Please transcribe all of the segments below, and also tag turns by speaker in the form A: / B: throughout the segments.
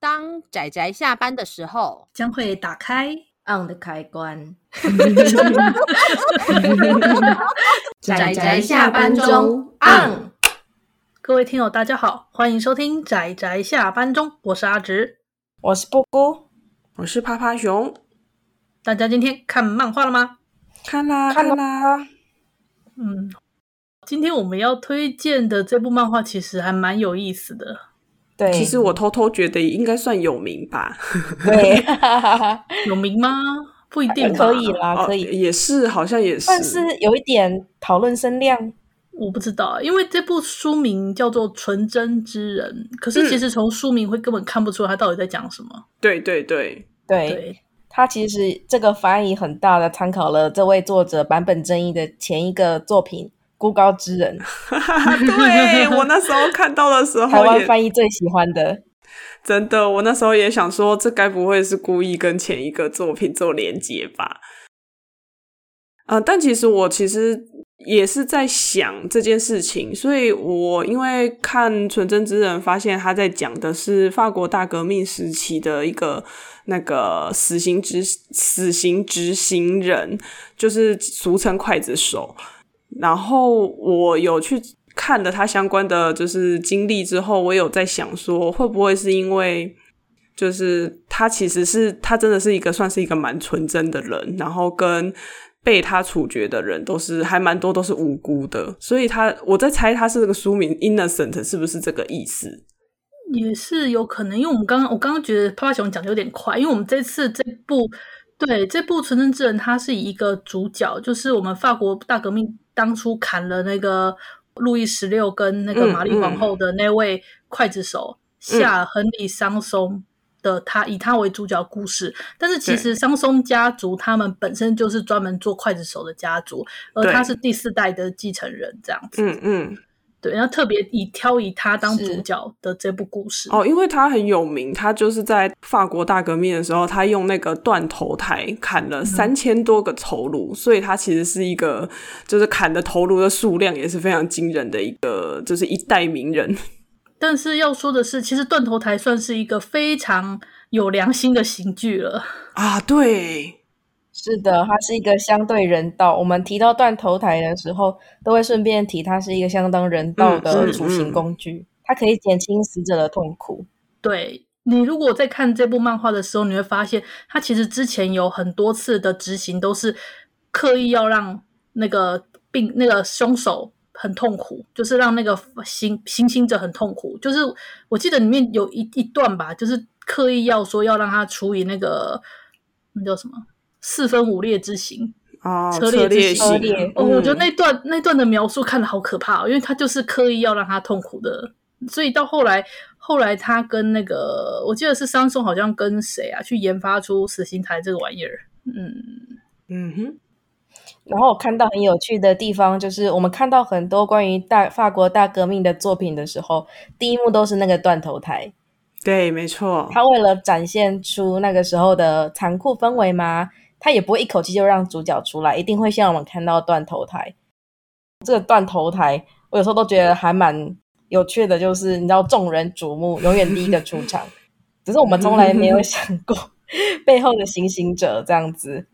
A: 当仔仔下班的时候，
B: 将会打开
C: on 的开 关。
A: 宅宅下班中
D: 嗯
C: on。
B: 各位听友，大家好，欢迎收听《宅宅下班中》，我是阿直。
D: 我是布姑，
E: 我是趴趴熊，
B: 大家今天看漫画了吗？
E: 看啦
D: 看
E: 看啦，
B: 嗯，今天我们要推荐的这部漫画其实还蛮有意思的。
D: 对，
E: 其实我偷偷觉得应该算有名吧，
D: 对，
B: 有名吗？不一定吧
D: 可以啦，
E: 哦
D: 啊可以，
E: 也是，好像也是，
D: 算是有一点讨论声量。
B: 我不知道，因为这部书名叫做《纯真之人》，可
D: 嗯
B: 是其实从书名会根本看不出他到底在讲什么。
E: 对对对，
D: 对，
B: 对，
D: 他其实这个翻译很大的参考了这位作者坂本正一的前一个作品《孤高之人》，
E: 对我那时候看到的时
D: 台
E: 候
D: 湾
E: 也
D: 翻译最喜欢的。
E: 真的，我那时候也想说，这该不会是故意跟前一个作品做连接吧？呃，但其实我其实也是在想这件事情，所以我因为看《纯真之人》，发现他在讲的是法国大革命时期的一个那个死刑执死刑执行人，就是俗称刽子手。然后我有去看了他相关的就是经历之后，我有在想说，会不会是因为就是他其实是他真的是一个算是一个蛮纯真的人，然后跟被他处决的人都是还蛮多都是无辜的，所以他我在猜他是这个书名 innocent 是不是这个意思？
B: 也是有可能，因为我们刚刚我刚刚觉得趴趴熊讲的有点快，因为我们这次这部对这部《纯真之人》，他是以一个主角，就是我们法国大革命当初砍了那个路易十六跟
E: 嗯
B: 那个玛丽皇后的那位刽子手、夏亨利桑松的他，以他为主角故事。但是其实桑松家族他们本身就是专门做刽子手的家族，而
E: 对
B: 他是第四代的继承人，这样子。
E: 嗯嗯，
B: 对，然后特别以挑以他当主
C: 是
B: 角的这部故事。
E: 哦，因为他很有名，他就是在法国大革命的时候，他用那个断头台砍
B: 嗯
E: 了三千多个头颅，所以他其实是一个就是砍的头颅的数量也是非常惊人的一个，就是一代名人。
B: 但是要说的是，其实断头台算是一个非常有良心的刑具了。
E: 啊，对，
D: 是的，他是一个相对人道。我们提到断头台的时候，都会顺便提它是一个相当人道
E: 嗯
D: 的
E: 是
D: 处刑
E: 嗯
D: 工具，它可以减轻死者的痛苦。
B: 对你如果在看这部漫画的时候，你会发现它其实之前有很多次的执行都是刻意要让那个病那个凶手很痛苦，就是让那个行行刑者很痛苦。就是我记得里面有一一段吧，就是刻意要说要让他处以那个那叫什么四分五裂之刑。
E: 哦，
B: 车裂
E: 车裂
B: 之刑
E: 型
D: 车裂
B: 哦，我觉得
E: 嗯
B: 那段那段的描述看的好可怕、哦，因为他就是刻意要让他痛苦的，所以到后来，后来他跟那个我记得是桑松好像跟谁啊去研发出死刑台这个玩意儿，嗯，
E: 嗯哼，
D: 然后我看到很有趣的地方，就是我们看到很多关于大法国大革命的作品的时候，第一幕都是那个断头台。
E: 对，没错，
D: 他为了展现出那个时候的残酷氛围嘛，他也不会一口气就让主角出来，一定会像我们看到断头台。这个断头台，我有时候都觉得还蛮有趣的，就是你知道众人瞩目，永远第一个出场，只是我们从来没有想过背后的行刑者这样子。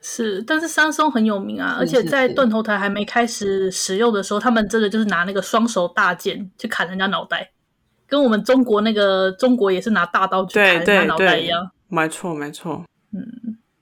B: 是，但是桑松很有名啊，
D: 是
B: 而且
D: 是
B: 在
D: 是
B: 断头台还没开始使用的时候，他们真的就是拿那个双手大剑去砍人家脑袋，跟我们中国那个中国也是拿大刀去砍
E: 对
B: 人家
E: 对
B: 脑袋一
E: 对
B: 样。，
E: 没错没错，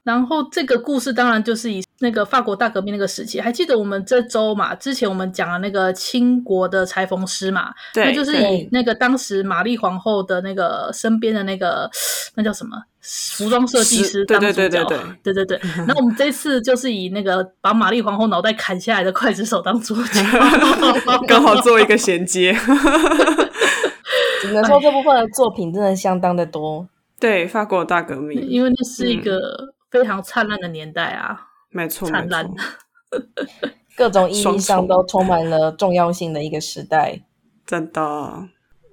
B: 然后这个故事当然就是以那个法国大革命那个时期，还记得我们这周嘛？之前我们讲了那个清国的裁缝师嘛，那
E: 对，
B: 就是
E: 对
B: 以那个当时玛丽皇后的那个身边的那个那叫什么服装设计师
E: 是
B: 当
E: 对
B: 主角，
E: 对对对
B: 对对对 然后我们这次就是以那个把玛丽皇后脑袋砍下来的刽子手当主角，
E: 刚好做一个衔接。
D: 只能说这部分的作品真的相当的多。
E: 对，法国大革命，
B: 因为那是一个非常灿烂的年代啊。
E: 没错没
B: 灿烂
E: 错，
D: 各种意义
E: 双
D: 上
E: 重
D: 都充满了重要性的一个时代。
E: 真的。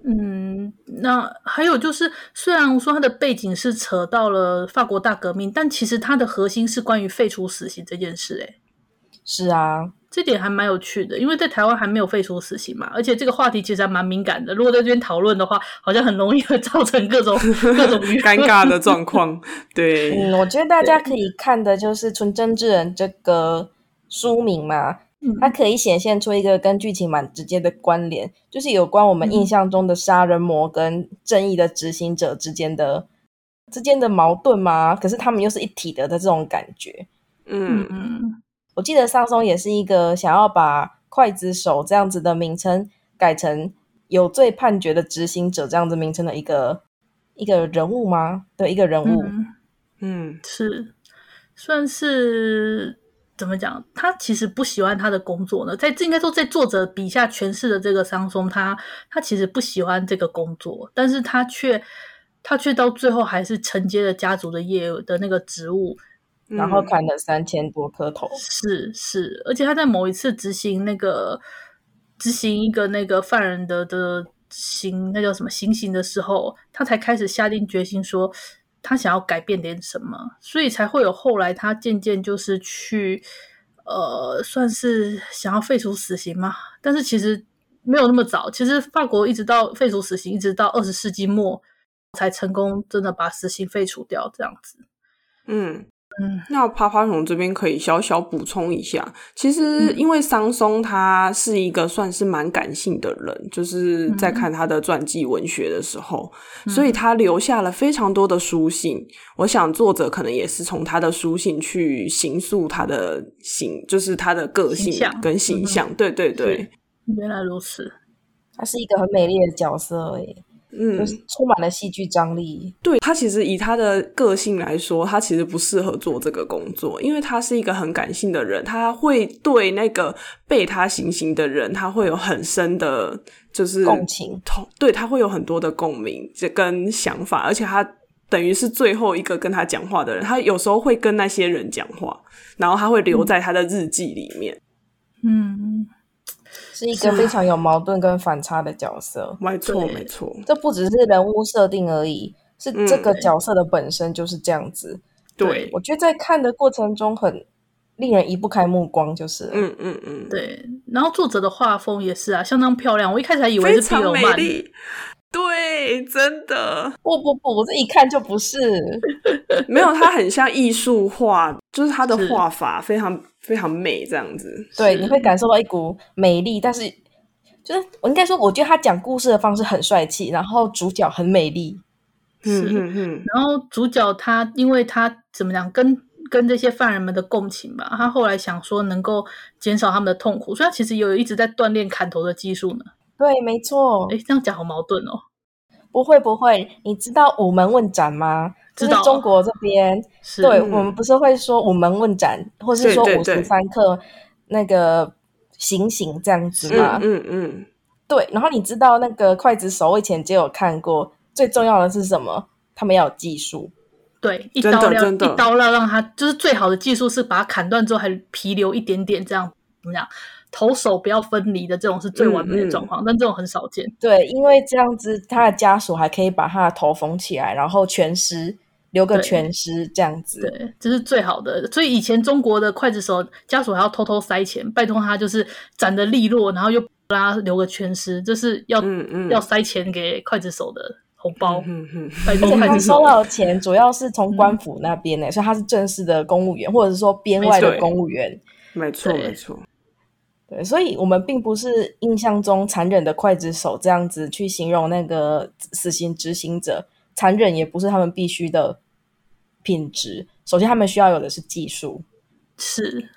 B: 嗯，那还有就是，虽然说它的背景是扯到了法国大革命，但其实它的核心是关于废除死刑这件事、欸。
D: 是啊，
B: 这点还蛮有趣的，因为在台湾还没有废除死刑嘛，而且这个话题其实还蛮敏感的。如果在这边讨论的话，好像很容易会 造成各种各种舆论
E: 尴尬的状况。对，
D: 嗯，我觉得大家可以看的就是《纯真之人》这个书名嘛，
B: 嗯
D: 它可以显现出一个跟剧情蛮直接的关联，就是有关我
E: 嗯
D: 们印象中的杀人魔跟正义的执行者之间的之间的矛盾嘛，可是他们又是一体的的这种感觉。
E: 嗯
B: 嗯嗯，
D: 我记得上松也是一个想要把刽子手这样子的名称改成有罪判决的执行者这样子名称的一个一个人物吗？对，一个
E: 哦
D: 人物。
B: 嗯
E: 嗯，
B: 是算是怎么讲？他其实不喜欢他的工作呢，在这应该说在作者笔下诠释的这个桑松，他他其实不喜欢这个工作，但是他却他却到最后还是承接了家族的业的那个职务，
D: 嗯然
E: 嗯
D: 后砍了三千多颗头，
B: 是是，而且他在某一次执行那个执行一个那个犯人的的刑，那叫什么行刑的时候，他才开始下定决心说他想要改变点什么，所以才会有后来他渐渐就是去呃，算是想要废除死刑嘛，但是其实没有那么早，其实法国一直到废除死刑，一直到二十世纪末才成功真的把死刑废除掉，这样子，
E: 嗯，
B: 嗯
E: 那趴趴熊这边可以小小补充一下，其实因为桑松他是一个算是蛮感性的人，就是在看他的传记文学的时候，所以他留下了非常多的书信。我想作者可能也是从他的书信去形塑他的形，就是他的个性
B: 形象
E: 跟形象。对对对，
B: 原来如此，
D: 他是一个很美丽的角色、欸，
E: 嗯，
D: 就是充满了戏剧张力。
E: 对他其实以他的个性来说，他其实不适合做这个工作，因为他是一个很感性的人，他会对那个被他行刑的人，他会有很深的，就是
D: 共情
E: 同对他会有很多的共鸣，这跟想法，而且他等于是最后一个跟他讲话的人，他有时候会跟那些人讲话，然后他会留在他的日记里面，
B: 嗯。
D: 是一
E: 啊
D: 个非常有矛盾跟反差的角色。
E: 没错，
B: 对
E: 没错，
D: 这不只是人物设定而已，是
E: 嗯
D: 这个角色的本身就是这样子。
E: 对，
D: 我觉得在看的过程中很令人移不开目光，就是了
E: 嗯嗯嗯，
B: 对，然后作者的画风也是啊，相当漂亮。我一开始还以为
E: 非
B: 是毕
E: 常
B: 尔
E: 美
B: 曼，
E: 丽，对，真的。
D: 不不不，我这一看就不 是。
E: 没有，它很像艺术画，就是它的
B: 是
E: 画法非常非常美，这样子。
D: 对，你会感受到一股美丽，但是就是我应该说，我觉得他讲故事的方式很帅气，然后主角很美丽。
E: 嗯嗯嗯，
B: 然后主角他，因为他怎么讲，跟跟这些犯人们的共情吧，他后来想说能够减少他们的痛苦，所以他其实有一直在锻炼砍头的技术呢。
D: 对，没错
B: 哎，，这样讲好矛盾哦。
D: 不会不会，你知道五门问斩吗？
B: 知道
D: 就是中国这边，
B: 是，
D: 对
E: 嗯
D: 我们不是会说五门问斩，或是说
E: 对对
D: 五十三克那个行刑这样子吗？
E: 嗯嗯嗯，
D: 对，然后你知道那个刽子手，我以前就有看过，最重要的是什么？他们要有技术，
B: 对，一
E: 真的
B: 刀要
E: 真的
B: 一刀要让他，就是最好的技术是把他砍断之后还皮留一点点，这样怎么讲，头手不要分离的这种是最完美
E: 嗯嗯
B: 的状况，但这种很少见。
D: 对，因为这样子他的家属还可以把他的头缝起来，然后全尸留个
B: 对
D: 全尸这样子。
B: 对，这是最好的。所以以前中国的刽子手家属还要偷偷塞钱，拜托他就是斩的利落，然后又让他留个全尸，这是要、
E: 嗯嗯
B: 要哦塞钱给刽子手的红包，
E: 嗯嗯，
B: 拜
D: 而
B: 托
D: 且
B: 刽
D: 他
B: 子
D: 收
B: 手。
D: 到的钱主要是从官府那边呢、所以他是正式的公务员，或者是说编外
E: 没
D: 的
E: 错
D: 公务员。
E: 没错
B: 对
E: 没错，
D: 对，所以我们并不是印象中残忍的刽子手这样子去形容那个死刑执行者，残忍也不是他们必须的品质。首先，他们需要有的是技术。
B: 是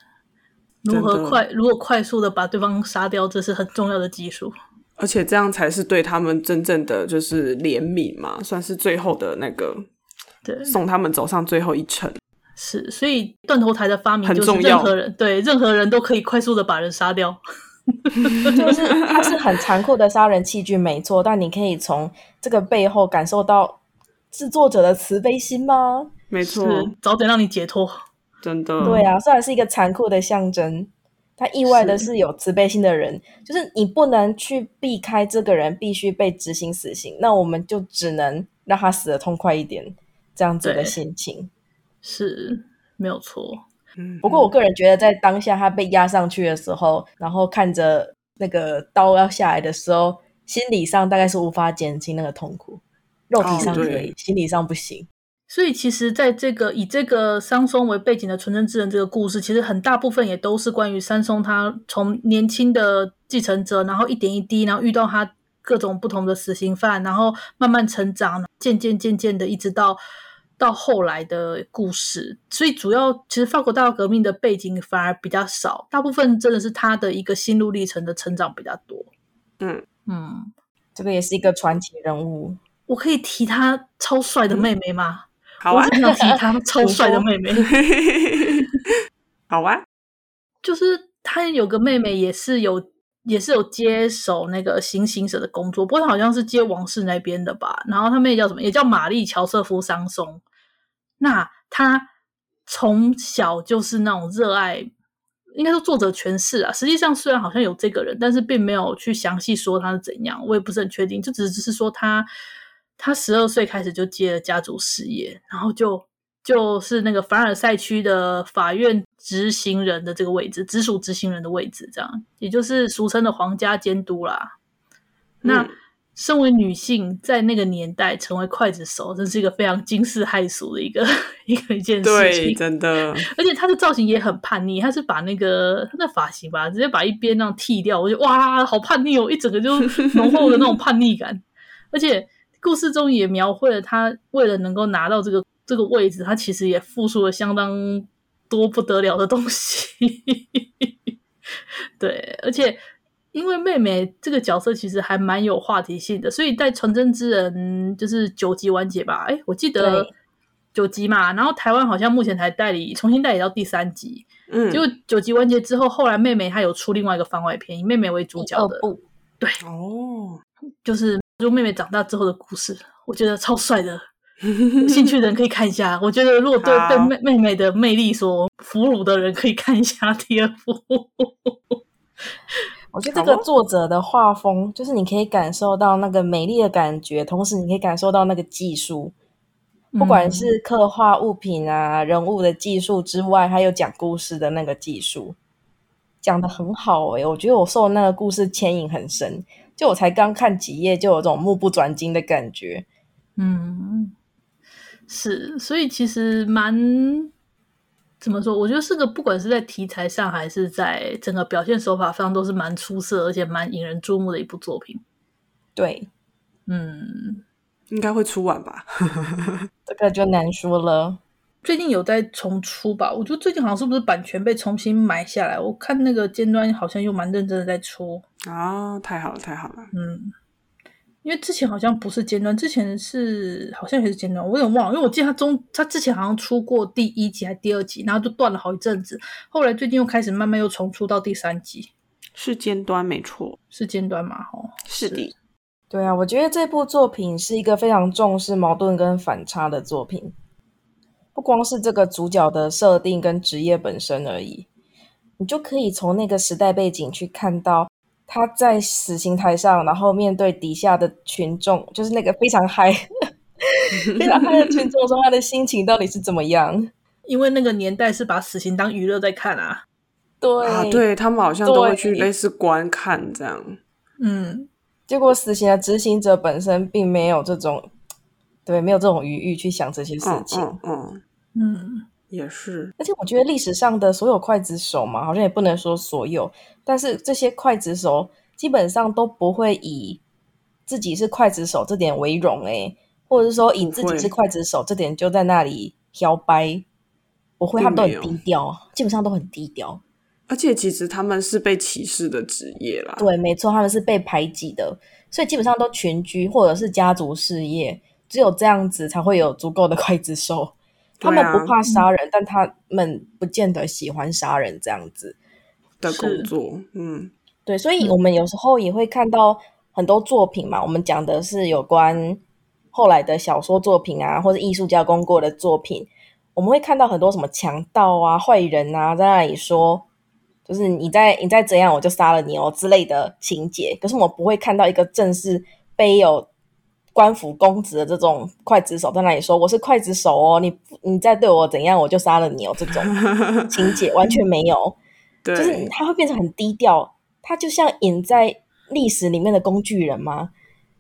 E: 真的
B: 如何快如何快速的把对方杀掉，这是很重要的技术。
E: 而且这样才是对他们真正的就是怜悯嘛，算是最后的那个
B: 对，
E: 送他们走上最后一程。
B: 是所以断头台的发明
E: 很
B: 就是
E: 重要
B: 任何人对任何人都可以快速的把人杀掉。
D: 就是它是很残酷的杀人器具，没错。但你可以从这个背后感受到制作者的慈悲心吗？
E: 没
B: 是
E: 错，
B: 早点让你解脱。
E: 真的。
D: 对啊，虽然是一个残酷的象征，但意外的是有慈悲心的人，就是你不能去避开这个人必须被执行死刑，那我们就只能让他死的痛快一点，这样子的
B: 对
D: 心情。
B: 是没有错。
E: 嗯
D: 不过我个人觉得，在当下他被压上去的时候，然后看着那个刀要下来的时候，心理上大概是无法减轻那个痛苦，肉体上
E: 哦
D: 可
E: 对
D: 以，心理上不行。
B: 所以其实，在这个以这个桑松为背景的《纯真之人》这个故事，其实很大部分也都是关于山松他从年轻的继承者，然后一点一滴，然后遇到他各种不同的死刑犯，然后慢慢成长，渐渐渐渐的，一直到到后来的故事。所以主要其实法国大革命的背景反而比较少，大部分真的是他的一个心路历程的成长比较多。
E: 嗯
B: 嗯。
D: 这个也是一个传奇人物，
B: 我可以提他超帅的妹妹吗？
E: 好
B: 我
E: 啊，
B: 只想提他 超帅的妹妹，
E: 好啊，
B: 就是他有个妹妹也是有也是有接手那个行刑者的工作，不过好像是接王室那边的吧。然后他妹叫什么？也叫玛丽乔瑟夫桑松。那他从小就是那种热爱，应该说作者诠释啊。实际上虽然好像有这个人，但是并没有去详细说他是怎样，我也不是很确定。就只只是说他他十二岁开始就接了家族事业，然后就就是那个凡尔赛区的法院执行人的这个位置，直属执行人的位置，这样也就是俗称的皇家监督啦。 那、
E: 嗯
B: 身为女性，在那个年代成为刽子手，真是一个非常惊世骇俗的一个 一个一件事
E: 对，
B: 情。
E: 真的，
B: 而且她的造型也很叛逆，她是把那个她的发型吧，直接把一边那样剃掉，我就哇，好叛逆哦，一整个就浓厚的那种叛逆感。而且故事中也描绘了她为了能够拿到这个这个位置，她其实也付出了相当多不得了的东西。 对，而且因为妹妹这个角色其实还蛮有话题性的，所以在《纯真之人》就是九集完结吧？哎，我记得
D: 对
B: 九集嘛，然后台湾好像目前才代理重新代理到第三集，
E: 嗯，
B: 结果九集完结之后，后来妹妹她有出另外一个番外篇，以妹妹为主角
D: 二
B: 的，
D: 部
E: 哦，
B: 就是就妹妹长大之后的故事，我觉得超帅的。有兴趣的人可以看一下，我觉得如果对
E: 好
B: 被妹妹妹的魅力所俘虏的人，可以看一下第二部。
D: 我觉得这个
E: 好哦
D: 作者的画风，就是你可以感受到那个美丽的感觉，同时你可以感受到那个技术，不管是
E: 嗯
D: 刻画物品啊、人物的技术之外，还有讲故事的那个技术，讲的很好欸诶、我觉得我受那个故事牵引很深，就我才刚看几页就有种目不转睛的感觉。
B: 嗯，是，所以其实蛮怎么说？我觉得是个不管是在题材上还是在整个表现手法上，都是蛮出色，而且蛮引人注目的一部作品。
D: 对，
B: 嗯，
E: 应该会出完吧？
D: 这个就难说了。
B: 最近有在重出吧？我觉得最近好像是不是版权被重新买下来？我看那个尖端好像又蛮认真的在出。
E: 啊，太好了，太好了，
B: 嗯，因为之前好像不是尖端，之前是好像也是尖端，我有点忘了，因为我记得他中他之前好像出过第一集还第二集，然后就断了好一阵子，后来最近又开始慢慢又重出到第三集，
E: 是尖端没错，
B: 是尖端嘛？吼，
E: 是的，
D: 对啊，我觉得这部作品是一个非常重视矛盾跟反差的作品，不光是这个主角的设定跟职业本身而已，你就可以从那个时代背景去看到他在死刑台上，然后面对底下的群众，就是那个非常嗨、 非常嗨的群众中，他的心情到底是怎么样？
B: 因为那个年代是把死刑当娱乐在看啊，
D: 对
E: 啊，对他们好像都会去
D: 对
E: 类似观看这样，
B: 嗯，
D: 结果死刑的执行者本身并没有这种，对，没有这种余裕去想这些事
E: 嗯
D: 情。
E: 嗯嗯，
B: 嗯，
E: 也是，
D: 而且我觉得历史上的所有刽子手嘛，好像也不能说所有，但是这些刽子手基本上都不会以自己是刽子手这点为荣诶、或者是说以自己是
E: 不
D: 刽子手这点就在那里摇摆，不会，他们都很
E: 并没有啊
D: 低调，基本上都很低调。
E: 而且其实他们是被歧视的职业啦，
D: 对，没错，他们是被排挤的，所以基本上都群居或者是家族事业，只有这样子才会有足够的刽子手。他
E: 对
D: 们
E: 啊
D: 不怕杀人，但他们不见得喜欢杀人这样子。
E: 的
B: 是
E: 工作，嗯
D: 对，所以我们有时候也会看到很多作品嘛，我们讲的是有关后来的小说作品啊，或者艺术加工过的作品，我们会看到很多什么强盗啊、坏人啊，在那里说，就是你再你再怎样，我就杀了你哦之类的情节。可是我们不会看到一个正式背有官府公子的这种刽子手在那里说我是刽子手哦，你你再对我怎样，我就杀了你哦，这种情节完全没有，
E: 对，
D: 就是他会变成很低调，他就像隐在历史里面的工具人嘛，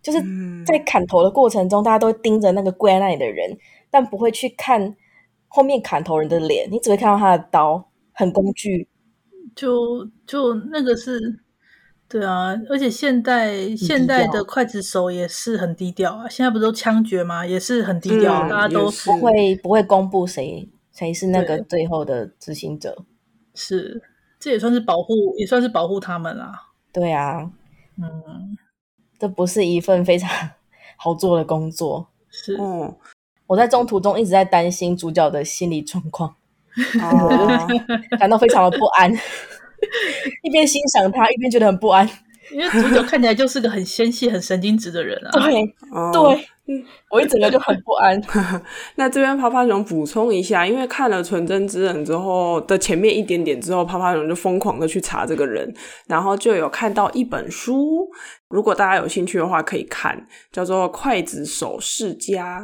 D: 就是
E: 嗯
D: 在砍头的过程中，大家都会盯着那个跪在那里的人，但不会去看后面砍头人的脸，你只会看到他的刀，很工具，
B: 就就那个是，对啊，而且现代现代
D: 低
B: 的
D: 调
B: 刽子手也是很低调啊，现在不都枪决吗？也是很低调啊，
E: 嗯
B: 大家都
E: 也
B: 是
E: 是
D: 会不会公布谁谁是那个
B: 对
D: 最后的执行者？
B: 这也算是保护，也算是保护他们啦。
D: 对啊，
B: 嗯，
D: 这不是一份非常 好做的工作。
B: 是，
E: 哦
D: 我在中途中一直在担心主角的心理状况，
E: 哦，
D: 感到非常的不安，一边欣赏他，一边觉得很不安。
B: 因为主角看起来就是个很纤细、很神经质的人啊。
D: 对
E: 哦
D: 对，我一整个就很不安。
E: 那这边趴趴熊补充一下，因为看了《纯真之人》之后的前面一点点之后，趴趴熊就疯狂的去查这个人，然后就有看到一本书，如果大家有兴趣的话可以看，叫做《刽子手世家》。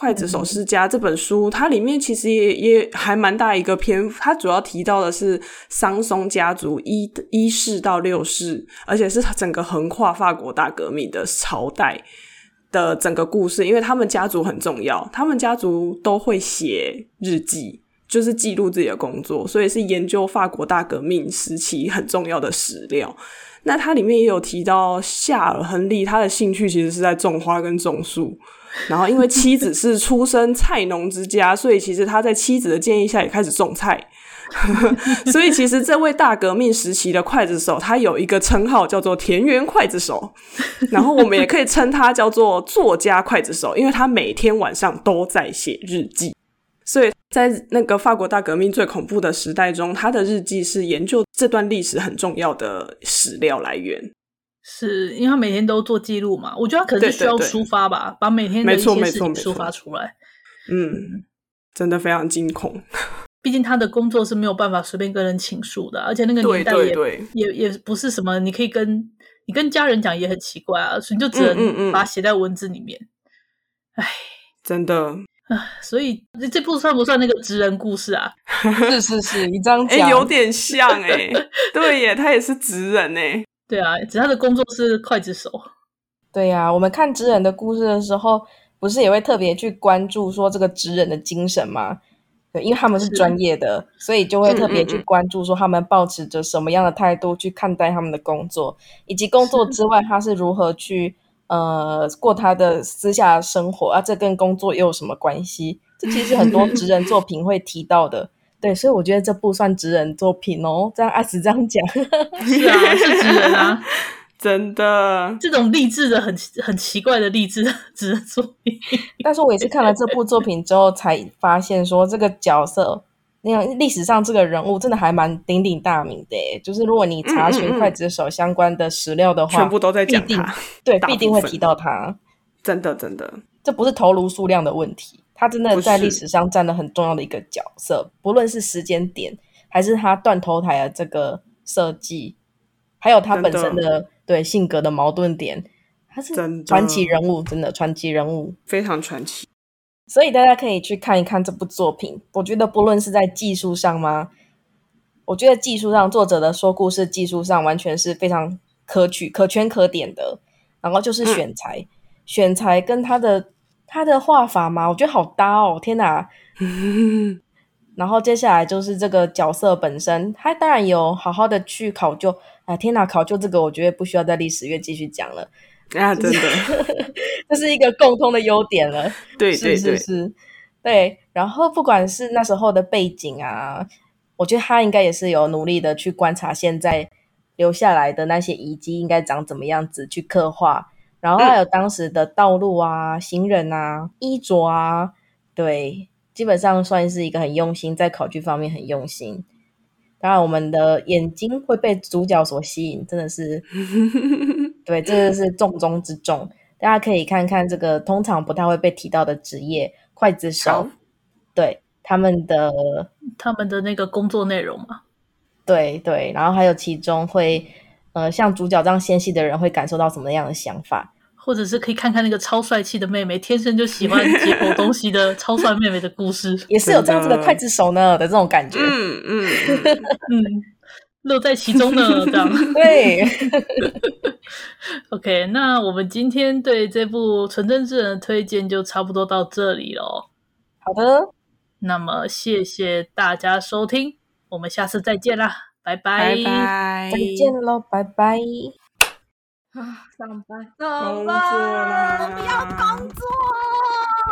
E: 《刽子手世家》这本书，它里面其实也也还蛮大一个篇幅，它主要提到的是桑松家族一一世到六世，而且是整个横跨法国大革命的朝代的整个故事，因为他们家族很重要，他们家族都会写日记。就是记录自己的工作，所以是研究法国大革命时期很重要的史料。那它里面也有提到夏尔亨利，他的兴趣其实是在种花跟种树，然后因为妻子是出身菜农之家，所以其实他在妻子的建议下也开始种菜。 所以其实这位大革命时期的刽子手，他有一个称号叫做田园刽子手，然后我们也可以称他叫做作家刽子手，因为他每天晚上都在写日记。所以在那个法国大革命最恐怖的时代中，他的日记是研究这段历史很重要的史料来源。
B: 是因为他每天都做记录嘛，我觉得他可能是需
E: 对
B: 要
E: 对对
B: 抒发吧，把每天的
E: 没
B: 一
E: 错
B: 些
E: 没
B: 事
E: 错
B: 情
E: 没
B: 抒
E: 错
B: 发出来。
E: 嗯，真的非常惊恐。
B: 毕竟他的工作是没有办法随便跟人倾诉的啊，而且那个
E: 对
B: 年代
E: 对
B: 也
E: 对，
B: 也也不是什么你可以跟你跟家人讲也很奇怪啊，所以你就只
E: 嗯嗯
B: 能
E: 嗯
B: 把它写在文字里面。
E: 真的
B: 所以这这部算不算那个职人故事啊？
D: 是是是，你这样
E: 哎、
D: 讲，
E: 有点像哎、 对耶，他也是直人哎、
B: 对啊，只是他的工作是刽子手，
D: 对呀、我们看职人的故事的时候，不是也会特别去关注说这个职人的精神吗？对，因为他们是
B: 是
D: 专业的，所以就会特别
E: 嗯嗯
D: 去
E: 嗯
D: 关注说他们保持着什么样的态度去看待他们的工作，以及工作之外他是如何去呃过他的私下生活啊，这跟工作又有什么关系？这其实很多职人作品会提到的。对，所以我觉得这部算职人作品哦。这样阿紫这样讲，
B: 是啊，是职人啊，
E: 真的，
B: 这种励志的很很奇怪的励志的职人作品。
D: 但是我也是看了这部作品之后，才发现说这个角色，那样历史上这个人物真的还蛮鼎鼎大名的耶。就是如果你查询
E: 嗯嗯嗯
D: 刽子手相关的史料的话，
E: 全部都在讲
D: 必定
E: 他，
D: 对
E: 大部
D: 必
E: 分
D: 定会提到他。
E: 真的真的，
D: 这不是头颅数量的问题，他真的
E: 不是
D: 在历史上占了很重要的一个角色，不论是时间点，还是他断头台的这个设计，还有他本身的
E: 真
D: 对性格的矛盾点，他是
E: 真的
D: 传奇人物，真的传奇人物。
E: 非常传奇。
D: 所以大家可以去看一看这部作品。我觉得不论是在技术上吗？我觉得技术上作者的说故事技术上完全是非常可取、可圈可点的。然后就是选材，选材跟他的他的画法嘛，我觉得好搭哦！天哪！然后接下来就是这个角色本身，他当然有好好的去考究。哎，天哪！考究这个，我觉得不需要在历史月继续讲了，
E: 啊，真的，
D: 这是一个共通的优点了。
E: 对对
D: 是
E: 对，
D: 是是，对。然后不管是那时候的背景啊，我觉得他应该也是有努力的去观察现在留下来的那些遗迹应该长怎么样子去刻画，然
E: 嗯
D: 后还有当时的道路啊、行人啊、衣着啊，对，基本上算是一个很用心，在考据方面很用心。当然，我们的眼睛会被主角所吸引，真的 是对，这是重中之重。大家可以看看这个通常不太会被提到的职业——刽子手
E: 好，
D: 对他们的
B: 他们的那个工作内容嘛，
D: 对对，然后还有其中会呃，像主角这样纤细的人会感受到什么样的想法，
B: 或者是可以看看那个超帅气的妹妹，天生就喜欢解剖东西 的超帅妹妹的故事。
D: 也是有这样子的刽子手呢的这种感觉。
E: 嗯嗯嗯，
B: 嗯，乐在其中呢，这样。
D: 对，
B: OK，那我们今天对这部《纯真之人》的推荐就差不多到这里喽。
D: 好的，
B: 那么谢谢大家收听，我们下次再见啦，拜
E: 拜
B: 拜。
E: 拜，
D: 再见喽，拜拜。
A: 啊，上班，上
E: 工作啦，
A: 班，我们要工作。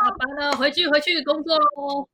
B: 下班了，回去回去工作喽。